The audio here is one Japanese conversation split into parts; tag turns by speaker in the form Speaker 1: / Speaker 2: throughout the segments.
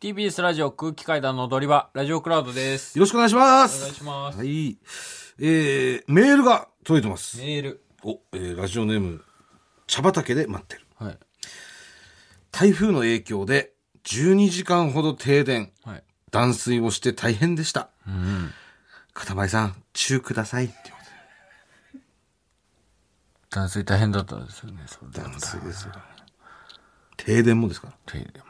Speaker 1: TBS ラジオ空気階段の踊り場、ラジオクラウドです。
Speaker 2: よろしくお願いしま
Speaker 1: お
Speaker 2: す。
Speaker 1: 願いします。
Speaker 2: はい。えー、メールが届いてます。
Speaker 1: メール。
Speaker 2: お、えー、ラジオネーム、茶畑で待ってる。
Speaker 1: はい。
Speaker 2: 台風の影響で12時間ほど停電、
Speaker 1: はい。
Speaker 2: 断水をして大変でした。
Speaker 1: うん。
Speaker 2: 片前さん、チューくださいって言われて
Speaker 1: 断水大変だったんですよね、それで。
Speaker 2: 断水ですよ。停電もですから。
Speaker 1: 手入れも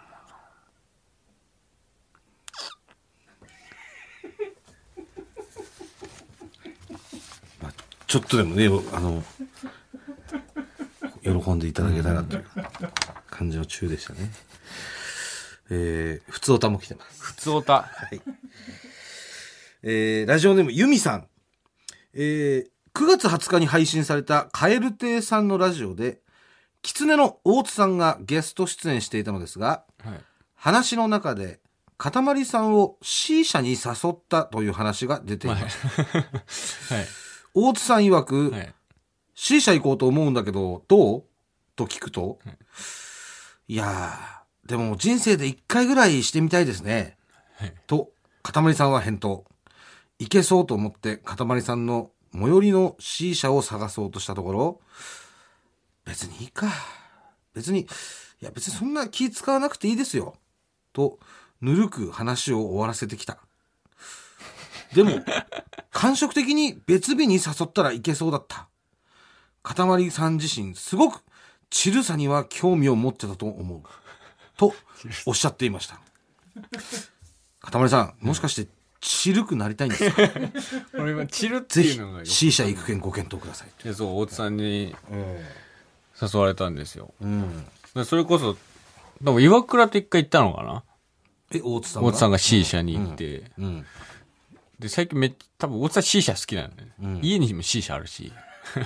Speaker 2: まあ、ちょっとでもね、あの、喜んでいただけたらという感じの中でしたね。えー、普通おたも来てます。
Speaker 1: 普通おた。
Speaker 2: えー、ラジオネーム、ゆみさん。えー、9月20日に配信されたカエル亭さんのラジオで、狐の大津さんがゲスト出演していたのですが、
Speaker 1: はい。
Speaker 2: 話の中で、かたまりさんを C 社に誘ったという話が出ていま
Speaker 1: はい。
Speaker 2: す。
Speaker 1: はい。
Speaker 2: 大津さん曰く、
Speaker 1: はい。
Speaker 2: C 社行こうと思うんだけど、どうと聞くと、いやー、でも人生で一回ぐらいしてみたいですね。
Speaker 1: はい
Speaker 2: と、かたまりさんは返答。行けそうと思って、かたまりさんの最寄りの C 社を探そうとしたところ、別にいいか。別に、いや別にそんな気使わなくていいですよ。と、ぬるく話を終わらせてきた。でも、感触的に別日に誘ったらいけそうだった。かたまりさん自身、すごく、チルさには興味を持ってたと思う。と、おっしゃっていました。かたまりさん、もしかして、チルくなりたいんですか
Speaker 1: 俺今、チルって
Speaker 2: ぜ
Speaker 1: いう
Speaker 2: ひ
Speaker 1: のが、よ
Speaker 2: C 社行く件ご検討ください。
Speaker 1: いやそう、大津さんに誘われたんですよ。
Speaker 2: うん。
Speaker 1: でそれこそ、でも岩倉と一回行ったのかな
Speaker 2: え、大津さん
Speaker 1: 大津さん
Speaker 2: が。
Speaker 1: が C 社に行って。
Speaker 2: うん。
Speaker 1: で、最近めっちゃ、多分大津さん C 社好きなんだよね。
Speaker 2: うん
Speaker 1: 家にも C 社あるし。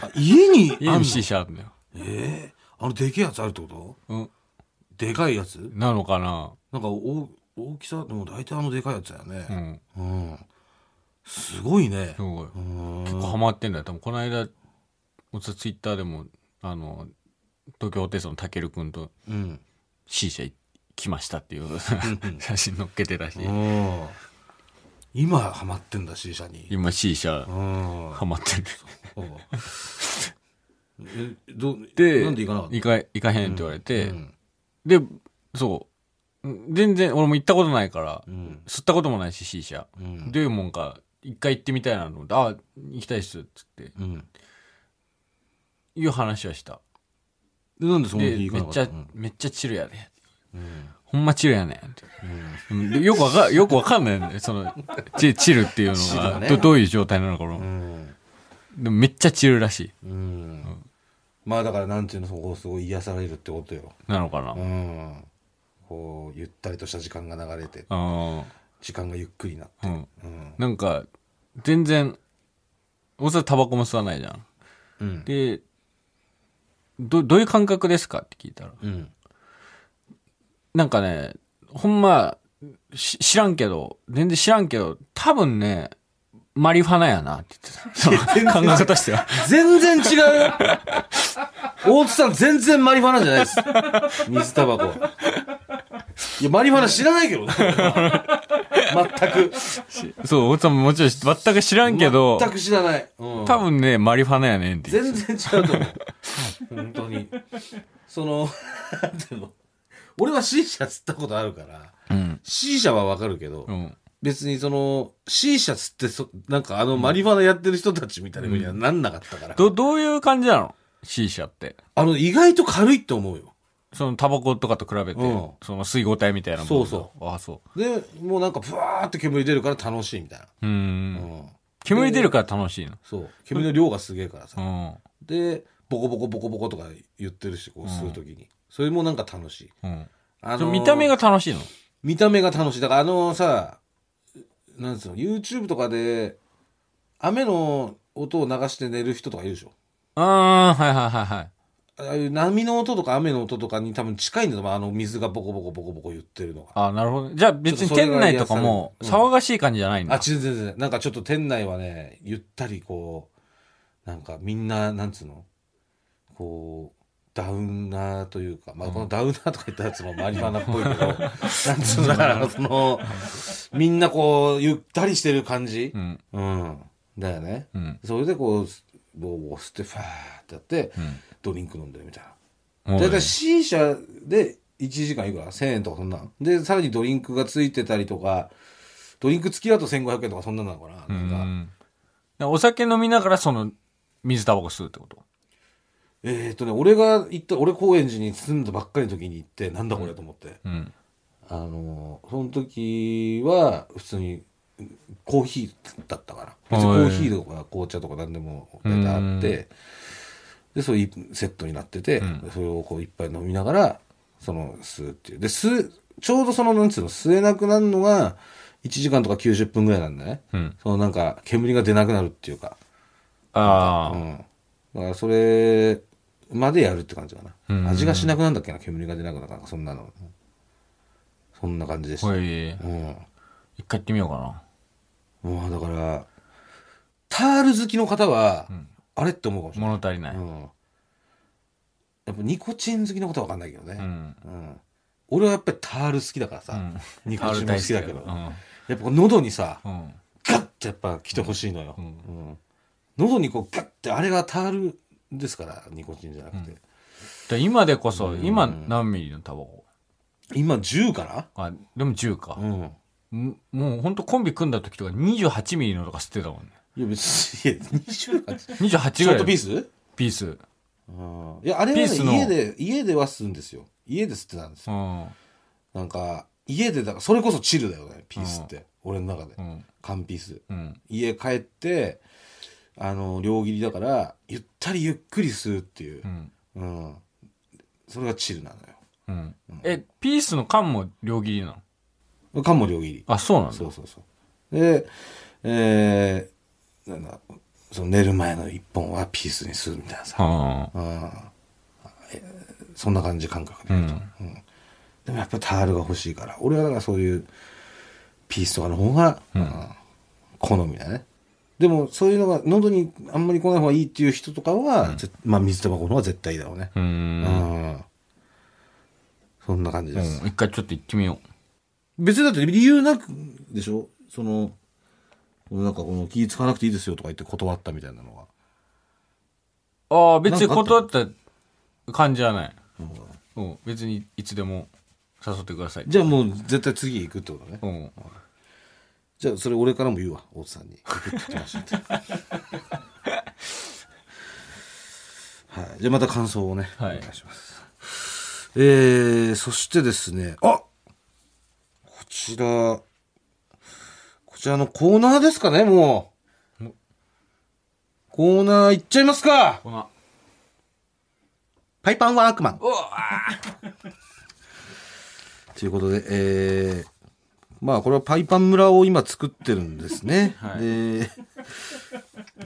Speaker 2: あ家に
Speaker 1: 家
Speaker 2: あ
Speaker 1: に
Speaker 2: ん
Speaker 1: も
Speaker 2: の
Speaker 1: C 社あるんだよ。
Speaker 2: えーあの、でけえやつあるってこと
Speaker 1: うん。
Speaker 2: でかいやつ
Speaker 1: なのかな
Speaker 2: なんか大、大きさ、でも大体あのでかいやつだよ
Speaker 1: う
Speaker 2: ね。
Speaker 1: ん。
Speaker 2: うん。すごいね
Speaker 1: す。ごい。
Speaker 2: うん。
Speaker 1: 結構ハマってんだよ。多分この間、おつツイッターでも、あの、東京ホテイソンのたけるくんと
Speaker 2: うん。
Speaker 1: C 社来ましたっていう写真載っけてたし、
Speaker 2: うん今ハマってんだ C 社に。
Speaker 1: 今 C 社
Speaker 2: うん
Speaker 1: ハマってる。
Speaker 2: えど
Speaker 1: で、
Speaker 2: なんで行かなかった
Speaker 1: 行か行かへんって言われて、
Speaker 2: うん
Speaker 1: で、そう。うん全然、俺も行ったことないから、
Speaker 2: うん
Speaker 1: 吸ったこともないし、C 社。
Speaker 2: うん
Speaker 1: どういうもんか、一回行ってみたいなと思って、あ、行きたいっす、つって、
Speaker 2: うん
Speaker 1: いう話はした。
Speaker 2: でなんでその
Speaker 1: で、
Speaker 2: 日行
Speaker 1: め
Speaker 2: か
Speaker 1: っ
Speaker 2: なかっ
Speaker 1: ちゃ
Speaker 2: たの、
Speaker 1: めっちゃチルやで。
Speaker 2: うん
Speaker 1: ほんまチルやねんって。うんでよくわ か、よくわかんないんだよ。その、チチルっていう
Speaker 2: チ
Speaker 1: の
Speaker 2: ル
Speaker 1: が、
Speaker 2: だね
Speaker 1: どどういう状態なのかな、
Speaker 2: うん
Speaker 1: でもめっちゃチルらしい。
Speaker 2: うんまあだからなんていうのそこをすごい癒されるってことよ
Speaker 1: なのかな。
Speaker 2: うんこうゆったりとした時間が流れて
Speaker 1: あ
Speaker 2: 時間がゆっくりな
Speaker 1: あ、うん。
Speaker 2: うん
Speaker 1: なんか、全然、大阪タバコも吸わないじゃん。
Speaker 2: うん
Speaker 1: で、ど、どういう感覚ですかって聞いたら。
Speaker 2: うん
Speaker 1: なんかね、ほんま、し知らんけど、全然知らんけど、多分ね、マリファナやなって言ってた。その考え方として は。
Speaker 2: 全然違うよ 大津さん全然マリファナじゃないです。水タバコ。いや、マリファナ知らないけどね。全く。
Speaker 1: そう、大津さんももちろん知全く知らんけど、
Speaker 2: 全く知らない。うん、
Speaker 1: 多分ね、マリファナやねんって言って
Speaker 2: 全然違うと思う。本当に。その、なんていうの俺は C 社吸ったことあるから、
Speaker 1: うん。
Speaker 2: C 社はわかるけど、
Speaker 1: うん。
Speaker 2: 別にその、C 社吸ってそ、なんかあのマリファナやってる人たちみたいなふうにはなんなかったから、
Speaker 1: ど、どういう感じなの ?C 社って。
Speaker 2: あの、意外と軽いって思うよ。
Speaker 1: そのタバコとかと比べて、
Speaker 2: うん
Speaker 1: その水合体みたいなもの
Speaker 2: そうそ
Speaker 1: ああ、そ
Speaker 2: で、もうなんか、ブワーって煙出るから楽しいみたいな。
Speaker 1: う。う。
Speaker 2: うんん。
Speaker 1: 煙出るから楽しいの。
Speaker 2: そう。煙の量がすげえからさ。
Speaker 1: う
Speaker 2: で、ボコボコボコボコとか言ってるし、こう、吸うときに。それもなんか楽しい。
Speaker 1: ん。うん。
Speaker 2: あ
Speaker 1: その見た目が。楽しいの
Speaker 2: 見た目が楽しい。だからあのさ、なんつうの、YouTube とかで、雨の音を流して寝る人とかいるでしょ。
Speaker 1: ああ、はいはいはいはい。
Speaker 2: ああいう波の音とか雨の音とかに多分近いんだと思う。あの水がボコボコボコボコ言ってるのが。
Speaker 1: ああ、なるほどね。じゃあ別に店内とかも
Speaker 2: ちょっとそれが癒される
Speaker 1: 騒がしい感じじゃないんだ。
Speaker 2: あ、全然全然。なんかちょっと店内はね、ゆったりこう、なんかみんな、なんつうのこう、ダウナーというか、まあ、このダウナーとか言ったやつもマリファナっぽいけど、なんつうの、だから、その、みんなこう、ゆったりしてる感じ、
Speaker 1: うん。
Speaker 2: うん、だよね、
Speaker 1: うん
Speaker 2: それでこう棒を押してファーってやって、
Speaker 1: ん
Speaker 2: ドリンク飲んでるみたい
Speaker 1: も
Speaker 2: な
Speaker 1: う
Speaker 2: だ
Speaker 1: ね
Speaker 2: いたい C 社で1時間いくら1000円とかそんなんでさらにドリンクがついてたりとかドリンク付きだと1500円とかそんなんなのかななんか、
Speaker 1: うんお酒飲みながらその水タバコ吸うってこと
Speaker 2: えーっ、とね俺が行った俺高円寺に住んだばっかりの時に行ってなんだこれと思って、
Speaker 1: うん
Speaker 2: あのーその時は普通にコーヒーだったから別にコーヒーとか紅茶とか何でも大体あってでそういうセットになってて、
Speaker 1: うん
Speaker 2: それをこう一杯飲みながらその吸うっていうで吸うちょうどそのなんつうの吸えなくなるのが1時間とか90分ぐらいなんだね
Speaker 1: うん
Speaker 2: そのなんか煙が出なくなるっていうか
Speaker 1: ああ
Speaker 2: うん、だからそれまでやるって感じか
Speaker 1: うん
Speaker 2: な味がしなくなるんだっけな煙が出なくなるなんかそんなのそんな感じでした、
Speaker 1: これ
Speaker 2: うん
Speaker 1: 一回行ってみようかな
Speaker 2: まあだから、タール好きの方は、
Speaker 1: ん
Speaker 2: あれって思うかもしれない。
Speaker 1: 物足りない、
Speaker 2: うんやっぱニコチン好きのことは分かんないけど
Speaker 1: う
Speaker 2: ね、
Speaker 1: ん
Speaker 2: うん俺はやっぱりタール好きだからさ、
Speaker 1: うん
Speaker 2: ニコチンも好きだけど、
Speaker 1: う
Speaker 2: や
Speaker 1: ん
Speaker 2: っぱ喉にさ、
Speaker 1: うん
Speaker 2: ガッてやっぱ来てほしいのよ、
Speaker 1: う
Speaker 2: うん喉にこうガッて、あれがタールですから、ニコチンじゃなくて。
Speaker 1: じゃあ今でこそ、
Speaker 2: うん
Speaker 1: 今何ミリのタバコ
Speaker 2: 今10か
Speaker 1: あでも10
Speaker 2: な
Speaker 1: か、
Speaker 2: うん。
Speaker 1: んもうほんとコンビ組んだ時とか28ミリのとか吸ってたもん ね
Speaker 2: いや別に、いや、28。
Speaker 1: 28
Speaker 2: シ
Speaker 1: ぐら
Speaker 2: ョー
Speaker 1: い
Speaker 2: トピ
Speaker 1: ピ
Speaker 2: ー
Speaker 1: ース
Speaker 2: ス
Speaker 1: ピース
Speaker 2: うんいや、あれは、ね、
Speaker 1: ピースの
Speaker 2: 家で、家では吸うんですよ。家で吸ってたんですよ。
Speaker 1: うん
Speaker 2: なんか、家でだから、それこそチルだよね、ピースって。俺の中で
Speaker 1: う。ん
Speaker 2: 缶ピース。
Speaker 1: うん
Speaker 2: 家帰って、あの、両切りだから、ゆったりゆっくり吸うっていう
Speaker 1: う。ん
Speaker 2: うん。それがチルなの
Speaker 1: うんえピースの缶も両切りなの
Speaker 2: よ。缶も両切り。
Speaker 1: あそうなんだ
Speaker 2: そうそうそう。で、えー、なんだ、その寝る前の一本はピースに吸うみたいなさ。
Speaker 1: は
Speaker 2: うん。えーそんな感じ感覚で
Speaker 1: あう
Speaker 2: やると。
Speaker 1: ん
Speaker 2: でもやっぱタールが欲しいから。俺はだからそういうピースとかの方が、うん好みだね。でもそういうのが喉にあんまり来ない方がいいっていう人とかは、ぜまあ水タバコの方が絶対いいだろうね。
Speaker 1: う
Speaker 2: うんん。そんな感じ
Speaker 1: う
Speaker 2: で
Speaker 1: ん
Speaker 2: す。
Speaker 1: 一回ちょっと行ってみよ
Speaker 2: 別にだって理由なくでしょその、俺なんかこの気使わなくていいですよとか言って断ったみたいなのが。
Speaker 1: うああ別に
Speaker 2: なんかあ
Speaker 1: 断った感じじゃないうん別にいつでも誘ってください
Speaker 2: じゃあもう絶対次行くってことね。
Speaker 1: うん
Speaker 2: じゃあそれ俺からも言うわ大津さんに送ってきましたってはい、じゃあまた感想をね、
Speaker 1: はい
Speaker 2: お願いしますえー、そしてですねあこちらこちらのコーナーですかねもうコーナーいっちゃいますか
Speaker 1: こんな
Speaker 2: パイパンワークマン
Speaker 1: うわ
Speaker 2: ということで、えーまあこれはパイパン村を今作ってるんですね。
Speaker 1: はい
Speaker 2: で、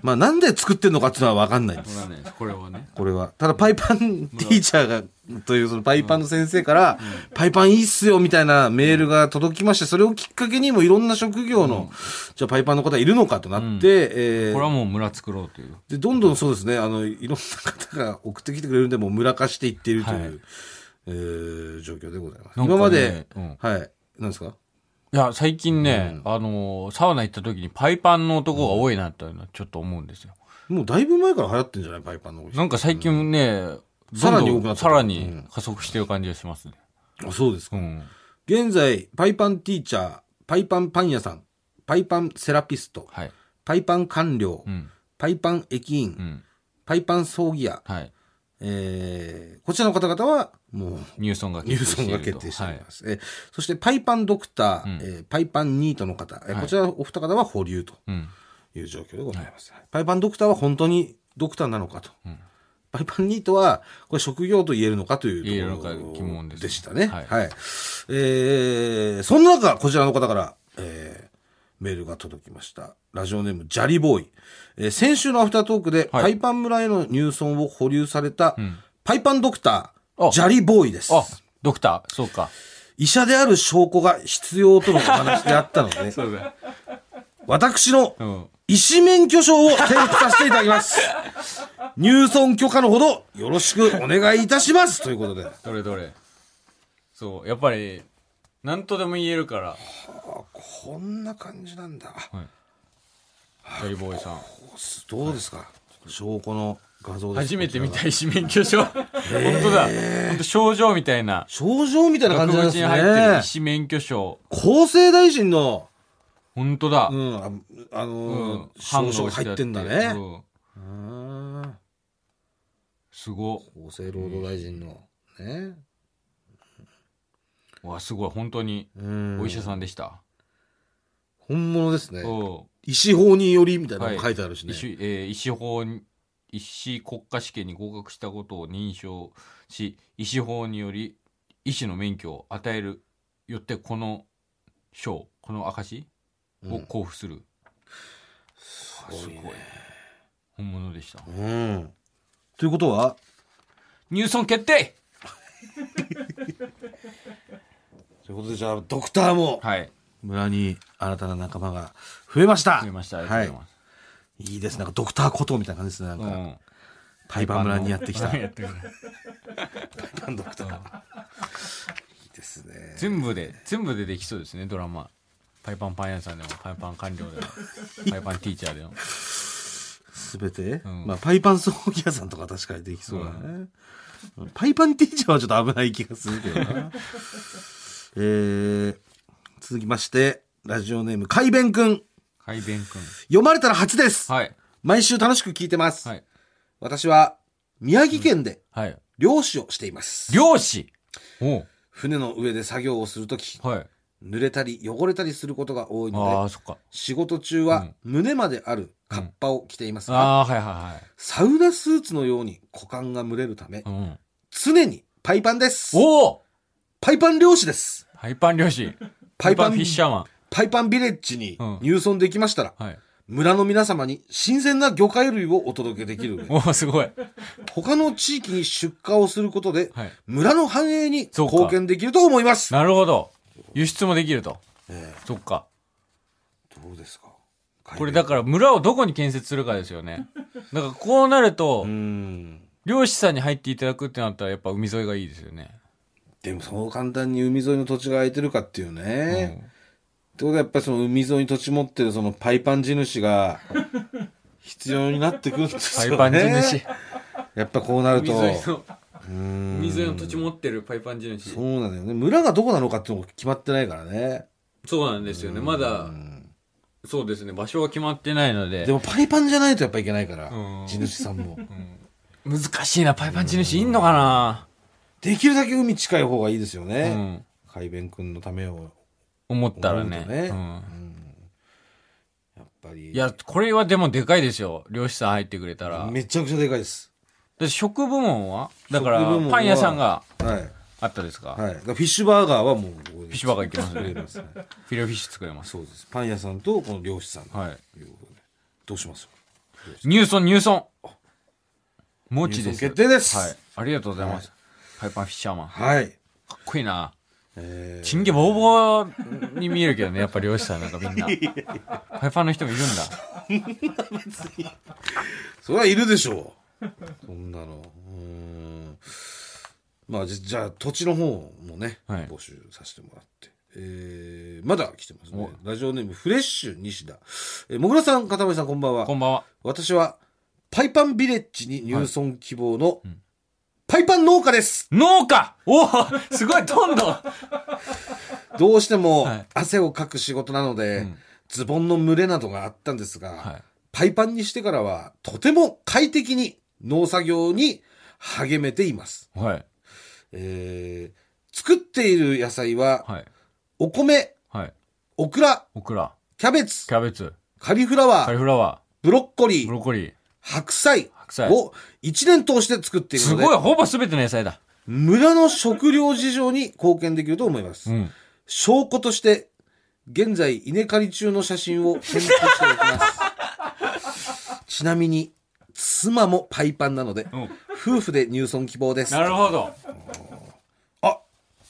Speaker 2: まあなんで作ってるのかっていうのは分かんないで
Speaker 1: こ
Speaker 2: す。
Speaker 1: れはねこれはね
Speaker 2: これは。ただパイパンティーチャーが、というそのパイパンの先生から、パイパンいいっすよみたいなメールが届きまして、それをきっかけにもいろんな職業の、じゃあパイパンの方いるのかとなって、えー
Speaker 1: これはもう村作ろうという
Speaker 2: で、どんどんそうですね、あの、いろんな方が送ってきてくれるんで、もう村化していっているという、
Speaker 1: はい
Speaker 2: えー状況でございます。
Speaker 1: なんかね
Speaker 2: 今まで、
Speaker 1: うん
Speaker 2: はい、なんですか
Speaker 1: いや最近ねあのーサウナ行った時にパイパンの男が多いなというのはちょっと思うんですよ
Speaker 2: もうだいぶ前から流行ってんじゃないパイパンの
Speaker 1: なんか最近ね
Speaker 2: さらに多くなって
Speaker 1: さ
Speaker 2: た
Speaker 1: ら
Speaker 2: う
Speaker 1: に
Speaker 2: ん
Speaker 1: 加速してる感じがしますね
Speaker 2: あ、そうですか。
Speaker 1: うん
Speaker 2: 現在、パイパンティーチャー、パイパンパン屋さん、パイパンセラピスト、
Speaker 1: はい
Speaker 2: パイパン官僚、
Speaker 1: うん
Speaker 2: パイパン駅員、
Speaker 1: うん
Speaker 2: パイパン葬儀屋、
Speaker 1: はい
Speaker 2: えー、こちらの方々は、もう、
Speaker 1: 入村が
Speaker 2: ニュー
Speaker 1: 決定
Speaker 2: ス
Speaker 1: してい
Speaker 2: ン
Speaker 1: ると
Speaker 2: が決定しており
Speaker 1: はい
Speaker 2: ます。えーそして、パイパンドクター、
Speaker 1: うん
Speaker 2: えーパイパンニートの方、えー
Speaker 1: はい
Speaker 2: こちらお二方は保留と
Speaker 1: うん
Speaker 2: いう状況でございます。パイパンドクターは本当にドクターなのかと。
Speaker 1: うん
Speaker 2: パイパンニートは、これ職業と言えるのかという
Speaker 1: 言える
Speaker 2: と
Speaker 1: の
Speaker 2: こ
Speaker 1: か
Speaker 2: ろ
Speaker 1: 疑問ですね
Speaker 2: でしたね。は、
Speaker 1: はいい
Speaker 2: えーそんな中、こちらの方から、えーメールが届きました。ラジオネーム、ジャリボーイ。えー先週のアフタートークで、
Speaker 1: はい
Speaker 2: パイパン村への入村を保留された、
Speaker 1: ん
Speaker 2: パイパンドクター、
Speaker 1: あ
Speaker 2: ジャリボーイです。
Speaker 1: あドクターそうか
Speaker 2: 医者である証拠が必要とのお話であったので、
Speaker 1: そうだ
Speaker 2: 私の
Speaker 1: うん
Speaker 2: 医師免許証を添付させていただきます。入村許可のほどよろしくお願いいたしますということで。
Speaker 1: どれどれそうやっぱり何とでも言えるから
Speaker 2: こんな感じなんだ。
Speaker 1: ジャリボーイさん
Speaker 2: どうですか証拠の画像です。
Speaker 1: 初めて見
Speaker 2: こ
Speaker 1: た医師免許証本当だ本当症状みたいな
Speaker 2: ちらが。症状みたいな感
Speaker 1: 額
Speaker 2: じなんで
Speaker 1: 縁に入ってる医
Speaker 2: すね。
Speaker 1: 師免許証
Speaker 2: 厚生大臣の、
Speaker 1: 本当だ
Speaker 2: う、ん、ああ
Speaker 1: う
Speaker 2: のー
Speaker 1: ん、
Speaker 2: 証書
Speaker 1: が
Speaker 2: が
Speaker 1: 押して
Speaker 2: 入
Speaker 1: あ
Speaker 2: ってんだね。
Speaker 1: うん
Speaker 2: うん
Speaker 1: すご
Speaker 2: 厚生労働大臣の、ね。
Speaker 1: いわすごい本当に
Speaker 2: うん
Speaker 1: お医者さんでした、
Speaker 2: 本物ですね。
Speaker 1: お
Speaker 2: 医師法によりみたいなのも書いてあるし
Speaker 1: 医
Speaker 2: ね。
Speaker 1: 師えー医師法に医師国家試験に合格したことを認証し医師法により医師の免許を与えるよってこの賞この証
Speaker 2: う
Speaker 1: を
Speaker 2: ん
Speaker 1: 交付する、
Speaker 2: す
Speaker 1: すごい本物でした
Speaker 2: うん。ということは、
Speaker 1: 入村決定
Speaker 2: ということでじゃあ、ドクターも、
Speaker 1: はい
Speaker 2: 村に新たな仲間が増えました。
Speaker 1: 増えましたありが
Speaker 2: は
Speaker 1: とうご
Speaker 2: い
Speaker 1: ざい。ます、
Speaker 2: いいですね。なんかドクターことみたいな感じですね。なん
Speaker 1: う
Speaker 2: か、
Speaker 1: ん
Speaker 2: タイパン村にやってきた。
Speaker 1: やってきた
Speaker 2: パンドクター。いいですね。
Speaker 1: 全部で全部でできそうですねドラマパイパンパン屋さんでもパイパン官僚で もパイパンティーチャーでも
Speaker 2: すべて、
Speaker 1: ん
Speaker 2: まあ、パイパン葬儀屋さんとか確かにできそうだね。パイパンティーチャーはちょっと危ない気がするけどな。 えー、続きまして、ラジオネーム、海弁くん。
Speaker 1: 海弁くん
Speaker 2: 読まれたら初です。
Speaker 1: はい
Speaker 2: 毎週楽しく聞いてます。
Speaker 1: はい
Speaker 2: 私は、宮城県で
Speaker 1: はい
Speaker 2: 漁師をしています。
Speaker 1: 漁師おう
Speaker 2: 船の上で作業をするとき、
Speaker 1: はい
Speaker 2: 濡れたり汚れたりすることが多い
Speaker 1: あ
Speaker 2: の
Speaker 1: あ
Speaker 2: で、
Speaker 1: そっか
Speaker 2: 仕事中は胸まであるカッパを着ていますが、
Speaker 1: ああーはいは
Speaker 2: サウナスーツのように股間が蒸れるため
Speaker 1: い、はい、うん、
Speaker 2: 常にパイパンです。
Speaker 1: おお
Speaker 2: パイパン漁師です。
Speaker 1: パイパン漁師
Speaker 2: パ
Speaker 1: パ
Speaker 2: イ
Speaker 1: イ
Speaker 2: パ
Speaker 1: パ
Speaker 2: ン
Speaker 1: ンフィッシャーマ
Speaker 2: パイパンビレッジに
Speaker 1: うん
Speaker 2: 入村できましたら、
Speaker 1: ンはい
Speaker 2: 村の皆様に新鮮な魚介類をお届けできる上、
Speaker 1: おおすごい
Speaker 2: 他の地域に出荷をすることで、
Speaker 1: はい
Speaker 2: 村の繁栄に
Speaker 1: そうか
Speaker 2: 貢献できると思います。
Speaker 1: なるほど輸出もできると
Speaker 2: え
Speaker 1: そっか
Speaker 2: えどうですか。
Speaker 1: これだからら村をどこに建設するかですよねだからこうなると、
Speaker 2: うん。
Speaker 1: 漁師さんに入っていただくってなったらやっぱ海沿いがいいですよね
Speaker 2: でもそう簡単に海沿いの土地が空いてるかっていうね。ってことはやっぱりその海沿いに土地持ってるそのパイパン地 主が必要になってくるんです
Speaker 1: パ
Speaker 2: よ
Speaker 1: イ
Speaker 2: ね。
Speaker 1: パン地主。
Speaker 2: やっぱこうなる
Speaker 1: 海
Speaker 2: と。
Speaker 1: 沿いの、
Speaker 2: うーん
Speaker 1: 海沿いの土地持ってるパイパン地主。
Speaker 2: そうなんだよね。村がどこなのかっていうのも決まってないからね。
Speaker 1: そうなんですよね。まだ、そうですね。場所は決まってないので。
Speaker 2: でもパイパンじゃないとやっぱいけないから
Speaker 1: う、ん
Speaker 2: 地主さんも。
Speaker 1: 難しいな、パイパン地主いんのかな
Speaker 2: できるだけ海近い方がいいですよ
Speaker 1: う
Speaker 2: ね。
Speaker 1: ん。
Speaker 2: 海弁くんのためを。
Speaker 1: 思ったら
Speaker 2: 思
Speaker 1: ね
Speaker 2: うとね
Speaker 1: うん
Speaker 2: やっぱり。
Speaker 1: いや、これはでもでかいですよ。漁師さん入ってくれたら。だ
Speaker 2: めちゃくちゃでかいです。
Speaker 1: って食部門はだから
Speaker 2: 食部門
Speaker 1: パ
Speaker 2: は
Speaker 1: ン屋さんが
Speaker 2: はい。
Speaker 1: あったですか、
Speaker 2: はい。だからフィッシュバーガーはもうここで、フィ
Speaker 1: ッシュバーガーいきますね
Speaker 2: ね。
Speaker 1: フィレオフィッシュ作れます。
Speaker 2: そうです。パン屋さんとこの漁師さん
Speaker 1: はい。
Speaker 2: ということで。どうします
Speaker 1: ニューソン、ニューソン。もちです。
Speaker 2: 入村決定です
Speaker 1: はい。ありがとうございます。パイパンフィッシャーマン。か
Speaker 2: はい。
Speaker 1: っこいいな。
Speaker 2: え
Speaker 1: チンゲボーボーに見えるけどね、やっぱり漁師さんなんかみんな。パイパンの人もいるんだ。
Speaker 2: ー、それはいるでしょう。そんなの。うーん。まあ、じじゃあ、土地の方もね、
Speaker 1: はい
Speaker 2: 募集させてもらって。えー、まだ来てますね。ラジオネーム、フレッシュ西田。えー、もぐらさん、かたまりさん、こんばんは。
Speaker 1: こんばんは。
Speaker 2: 私は、パイパンビレッジに入村希望の、パイパン農家です。
Speaker 1: 農家おおすごい、どんどん
Speaker 2: どうしても
Speaker 1: はい
Speaker 2: 汗をかく仕事なので、
Speaker 1: うん
Speaker 2: ズボンの蒸れなどがあったんですが、
Speaker 1: はい
Speaker 2: パイパンにしてからはとても快適に農作業に励めています。
Speaker 1: はい。
Speaker 2: えー作っている野菜は、
Speaker 1: はい。
Speaker 2: お米、
Speaker 1: はい。
Speaker 2: オクラ、
Speaker 1: オクラ、
Speaker 2: キャベツ
Speaker 1: キ、ャベツ、
Speaker 2: カリフラワ
Speaker 1: カ
Speaker 2: ー、
Speaker 1: リフラワ
Speaker 2: ブロッコリ
Speaker 1: ー、ブ
Speaker 2: ー、
Speaker 1: ロッコリー。
Speaker 2: 白菜
Speaker 1: 白菜
Speaker 2: を一年通して作っている
Speaker 1: す
Speaker 2: ので、
Speaker 1: ごい、ほぼ全ての野菜だ。
Speaker 2: 村の食料事情に貢献できると思います。
Speaker 1: うん。
Speaker 2: 証拠として、現在稲刈り中の写真を添付しておきます。ちなみに、妻もパイパンなので、
Speaker 1: うん
Speaker 2: 夫婦で入村希望です。
Speaker 1: なるほど。
Speaker 2: あ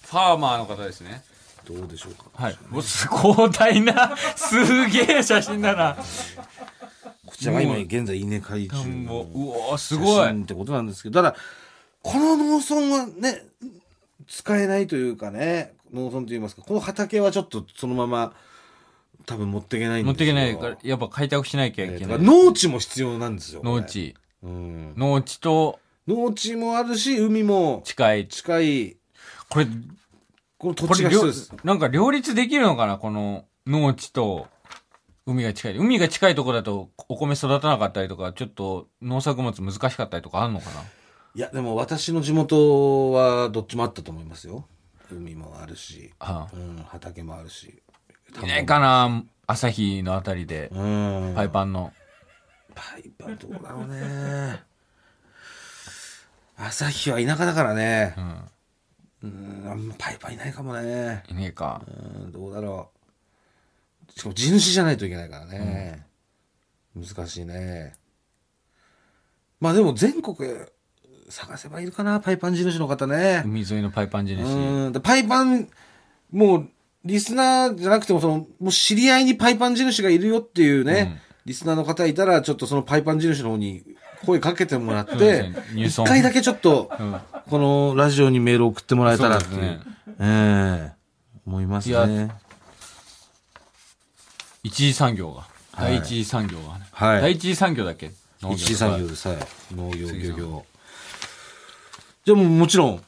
Speaker 1: ファーマーの方ですね。
Speaker 2: どうでしょうか。
Speaker 1: はい。もうす、広大な、すげえ写真だな。
Speaker 2: こ者が今現在稲刈り中
Speaker 1: 田んぼ
Speaker 2: の
Speaker 1: うわす
Speaker 2: 写
Speaker 1: ごい
Speaker 2: 真ってことなんですけどただこの農村はね使えないというかね農村といいますかこの畑はちょっとそのまま多分持っていけないん
Speaker 1: 持
Speaker 2: で
Speaker 1: っ
Speaker 2: す
Speaker 1: てい
Speaker 2: よ
Speaker 1: けないからやっぱ開拓しなきゃい
Speaker 2: え
Speaker 1: け
Speaker 2: ー
Speaker 1: な
Speaker 2: だ
Speaker 1: い
Speaker 2: から農地も必要なんですよ
Speaker 1: 農、地
Speaker 2: これうん、
Speaker 1: 農地と
Speaker 2: 農地もあるし海も
Speaker 1: 近い
Speaker 2: 近い
Speaker 1: これ
Speaker 2: この土
Speaker 1: これ
Speaker 2: 地が
Speaker 1: 両
Speaker 2: 必要です
Speaker 1: なんか両立できるのかなこの農地と海が近い海が近いとこだとお米育たなかったりとかちょっと農作物難しかったりとかあるのかない
Speaker 2: やでも私の地元はどっちもあったと思いますよ海もあるし、
Speaker 1: あ
Speaker 2: うん、畑もあるし
Speaker 1: いないかな朝日のあたりで
Speaker 2: うん
Speaker 1: パイパンの
Speaker 2: パイパンどうだろうね朝日は田舎だからね
Speaker 1: うん
Speaker 2: うんあんまパイパンいないかもね
Speaker 1: いねえか
Speaker 2: うんどうだろうしかも地主じゃないといけないからね、難しいねまあでも全国探せばいるかなパイパン地主の方ね
Speaker 1: 海沿いのパイパン地主
Speaker 2: うんでパイパンもうリスナーじゃなくてもそのもう知り合いにパイパン地主がいるよっていうね、リスナーの方いたらちょっとそのパイパン地主の方に声かけてもらっ
Speaker 1: そうです
Speaker 2: て
Speaker 1: ね入
Speaker 2: 一、
Speaker 1: 村
Speaker 2: 回だけちょっと
Speaker 1: うん
Speaker 2: このラジオにメール送ってもらえたらっていう
Speaker 1: そうですね
Speaker 2: ええ思います
Speaker 1: い
Speaker 2: ね
Speaker 1: や一次産業が
Speaker 2: はい
Speaker 1: 第一次産業がね
Speaker 2: はい
Speaker 1: 第一次産業だっけ農業とか
Speaker 2: 一次産業でさえ農業
Speaker 1: 次
Speaker 2: 漁
Speaker 1: さん
Speaker 2: 業じゃあもうもちろん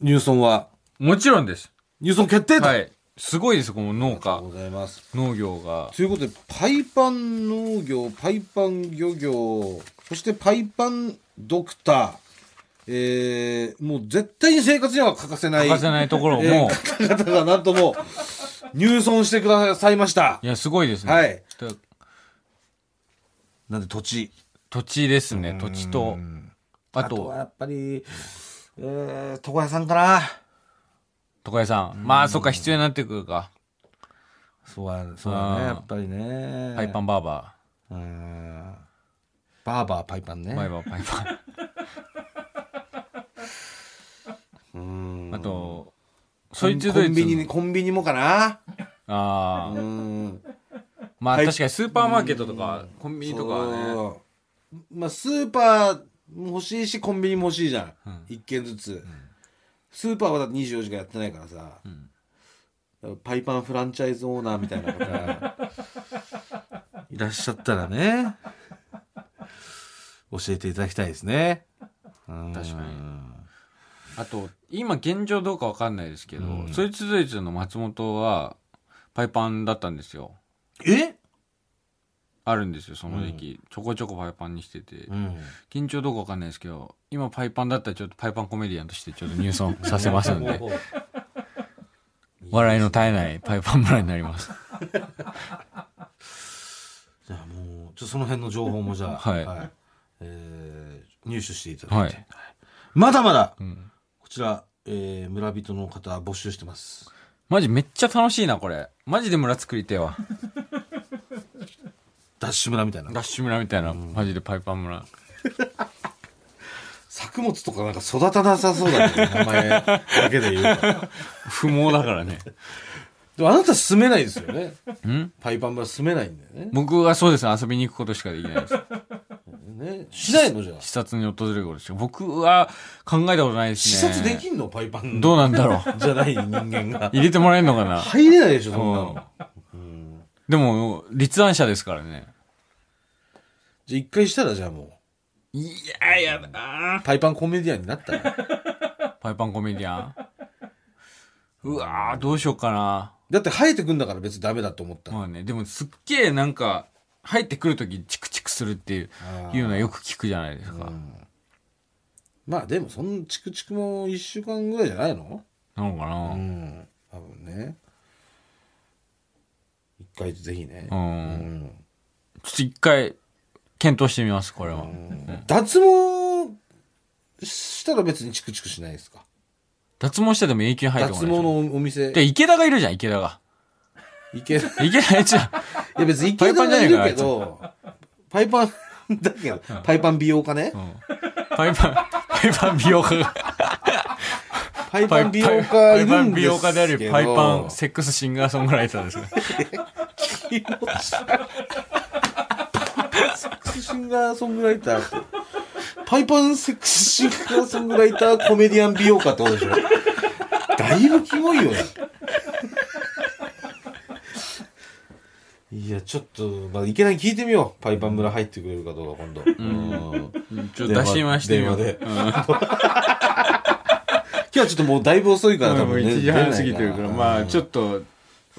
Speaker 2: 入村は
Speaker 1: もちろんです
Speaker 2: 入村決定と、
Speaker 1: は
Speaker 2: あり
Speaker 1: いすごいですこの農
Speaker 2: が
Speaker 1: 家
Speaker 2: とうございます
Speaker 1: 農業が
Speaker 2: ということでパイパン農業パイパン漁業そしてパイパンドクターえー、もう絶対に生活には欠かせな
Speaker 1: 欠
Speaker 2: い
Speaker 1: かせないところを
Speaker 2: えー
Speaker 1: もう
Speaker 2: 方々がなんとも入村してくださいました
Speaker 1: いやすごいですね
Speaker 2: はい
Speaker 1: だ
Speaker 2: なんで土地
Speaker 1: 土地ですね土地と
Speaker 2: うん
Speaker 1: あ
Speaker 2: あとは
Speaker 1: と
Speaker 2: やっぱりえー床屋さんかな
Speaker 1: 床屋さんまあそっか必要になってくるか
Speaker 2: そうやそうや
Speaker 1: う
Speaker 2: ね
Speaker 1: ん
Speaker 2: やっぱりね
Speaker 1: パイパンバーバ
Speaker 2: うんバーバーパイパンね
Speaker 1: ーバイバーパイ パ
Speaker 2: うん
Speaker 1: ンあと
Speaker 2: コ
Speaker 1: そ
Speaker 2: ン
Speaker 1: いつどいつ
Speaker 2: コンビニコンビニもかな
Speaker 1: ああ
Speaker 2: うん
Speaker 1: まあ
Speaker 2: はい
Speaker 1: 確かにスーパーマーケットとかコンビニとかはね
Speaker 2: そうまあスーパーも欲しいしコンビニも欲しいじゃん、一軒ずつ、スーパーはだって24時間やってないからさ、パイパンフランチャイズオーナーみたいな 方いらっしゃったらね教えていただきたいですね確
Speaker 1: 確かにあと今現状どうかわかんないですけどそいつどいつの松本はパイパンだったんですよ
Speaker 2: え
Speaker 1: あるんですよその時期ちょこちょこパイパンにしてて
Speaker 2: ん
Speaker 1: 緊張どうかわかんないですけど今パイパンだったらちょっとパイパンコメディアンとしてちょっと入村させますん で笑いの絶えないパイパン村になります
Speaker 2: じゃあもうちょっとその辺の情報もじゃあ、
Speaker 1: はい
Speaker 2: えー入手していただいて、
Speaker 1: はい
Speaker 2: まだまだ、
Speaker 1: ん
Speaker 2: こちら、えー村人の方募集してます
Speaker 1: マジめっちゃ楽しいなこれマジで村作りてえわ
Speaker 2: ダッシュ村みたいな
Speaker 1: ダッシュ村みたいなマジでパイパン村
Speaker 2: 作物とかなんか育たなさそうだけど名前だけで言うと
Speaker 1: 不毛だ からね
Speaker 2: でもあなた住めないですよね
Speaker 1: ん
Speaker 2: パイパン村住めないんだよね
Speaker 1: 僕はそうですね遊びに行くことしかできないです
Speaker 2: ね しないのじゃあ
Speaker 1: 視察に訪れることしか僕は考えたことないです
Speaker 2: 視
Speaker 1: ね
Speaker 2: 察できんのパイパン
Speaker 1: どうなんだろう
Speaker 2: じゃない人間が
Speaker 1: 入れてもらえるのかな
Speaker 2: 入れないでしょそんなの
Speaker 1: でも立案者ですからね
Speaker 2: じゃあ一回したらじゃあも
Speaker 1: いややだ
Speaker 2: うパイパンコメディアンになったら
Speaker 1: パイパンコメディアンうわーどうしようかな
Speaker 2: だって生えてくんだから別にダメだと思ったら
Speaker 1: まあね、でもすっげえなんか、入ってくるときチクチクするっていう
Speaker 2: あ、ー
Speaker 1: いうのはよく聞くじゃないですか。
Speaker 2: まあでもそんなチクチクも1週間ぐらいじゃないの
Speaker 1: なのか
Speaker 2: う
Speaker 1: なん
Speaker 2: 多分ね一回ぜひね
Speaker 1: うん。
Speaker 2: ん
Speaker 1: ちょっと一回、検討してみます、これは。
Speaker 2: 脱毛したら別にチクチクしないですか
Speaker 1: 脱毛してでも永久に入ってこ
Speaker 2: 脱
Speaker 1: ないで
Speaker 2: 毛
Speaker 1: しょ。
Speaker 2: のお店
Speaker 1: で、池田がいるじゃん、池田が。
Speaker 2: いけいや
Speaker 1: 池田、じゃ
Speaker 2: 別にい
Speaker 1: パ
Speaker 2: け
Speaker 1: イパ
Speaker 2: た
Speaker 1: ンじゃ
Speaker 2: ら
Speaker 1: ね
Speaker 2: い
Speaker 1: えか
Speaker 2: るけどパイパンだけどパイパン美容家ね
Speaker 1: パイパン、パイパン美容家が。
Speaker 2: パイ
Speaker 1: パ
Speaker 2: パ
Speaker 1: イ
Speaker 2: ン美容家いるんですけ
Speaker 1: パ
Speaker 2: ど
Speaker 1: イパン美容家であり、パイパンセックスシンガーソングライターですね。
Speaker 2: 気持ち悪いセックスシンガーソングライターパイパンセックスシンガーソングライターコメディアン美容家ってことでしょだいぶキモいよねいやちょっと、まあ、いけない聞いてみようパイパン村入ってくれるかどうか今度、うん
Speaker 1: ちょっと出しましてよ。
Speaker 2: 電話で
Speaker 1: うん
Speaker 2: 今日はちょっともうだいぶ遅いから
Speaker 1: も
Speaker 2: 多
Speaker 1: う
Speaker 2: 分ね
Speaker 1: 1時半過ぎてるから、まあちょ
Speaker 2: っ
Speaker 1: っと、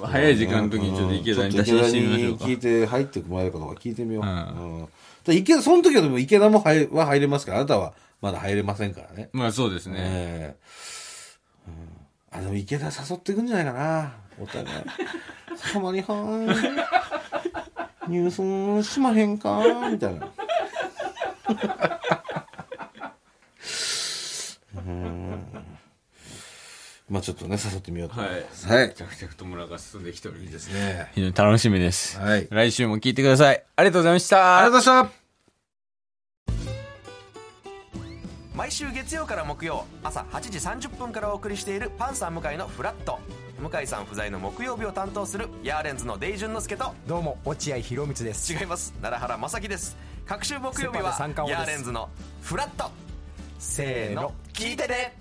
Speaker 1: 早い時間の時にちょっと池田に出し出してみましょうか。
Speaker 2: 聞いて入ってもらえるかどうか聞いてみよう、う
Speaker 1: うんん
Speaker 2: で池田その時はでも池田も入は入れますからあなたはまだ入れませんからね
Speaker 1: まあそうですね。
Speaker 2: ええうん、あでも池田誘ってくんじゃないかなお 互い「さまりはんニュースしまへんか」みたいな。うんまあちょっとね誘ってみようと思ますはい、
Speaker 1: 着々と村が進んできており
Speaker 2: いい
Speaker 1: ま。
Speaker 2: ですすね
Speaker 1: 非常に楽しみです。
Speaker 2: はい
Speaker 1: 来週も聞いてください。ありがとうございました。
Speaker 2: ありがとうございました
Speaker 3: 毎週月曜から木曜朝8時30分からお送りしているパンサー向井のフラット向井さん不在の木曜日を担当するヤーレンズのデイジュンの之介と
Speaker 4: どうも落合博満です
Speaker 3: 違います奈良原正樹です各週木曜日は
Speaker 4: セパで三冠王
Speaker 3: ヤ
Speaker 4: で
Speaker 3: ー
Speaker 4: す
Speaker 3: レンズのフラットせーの聞いてね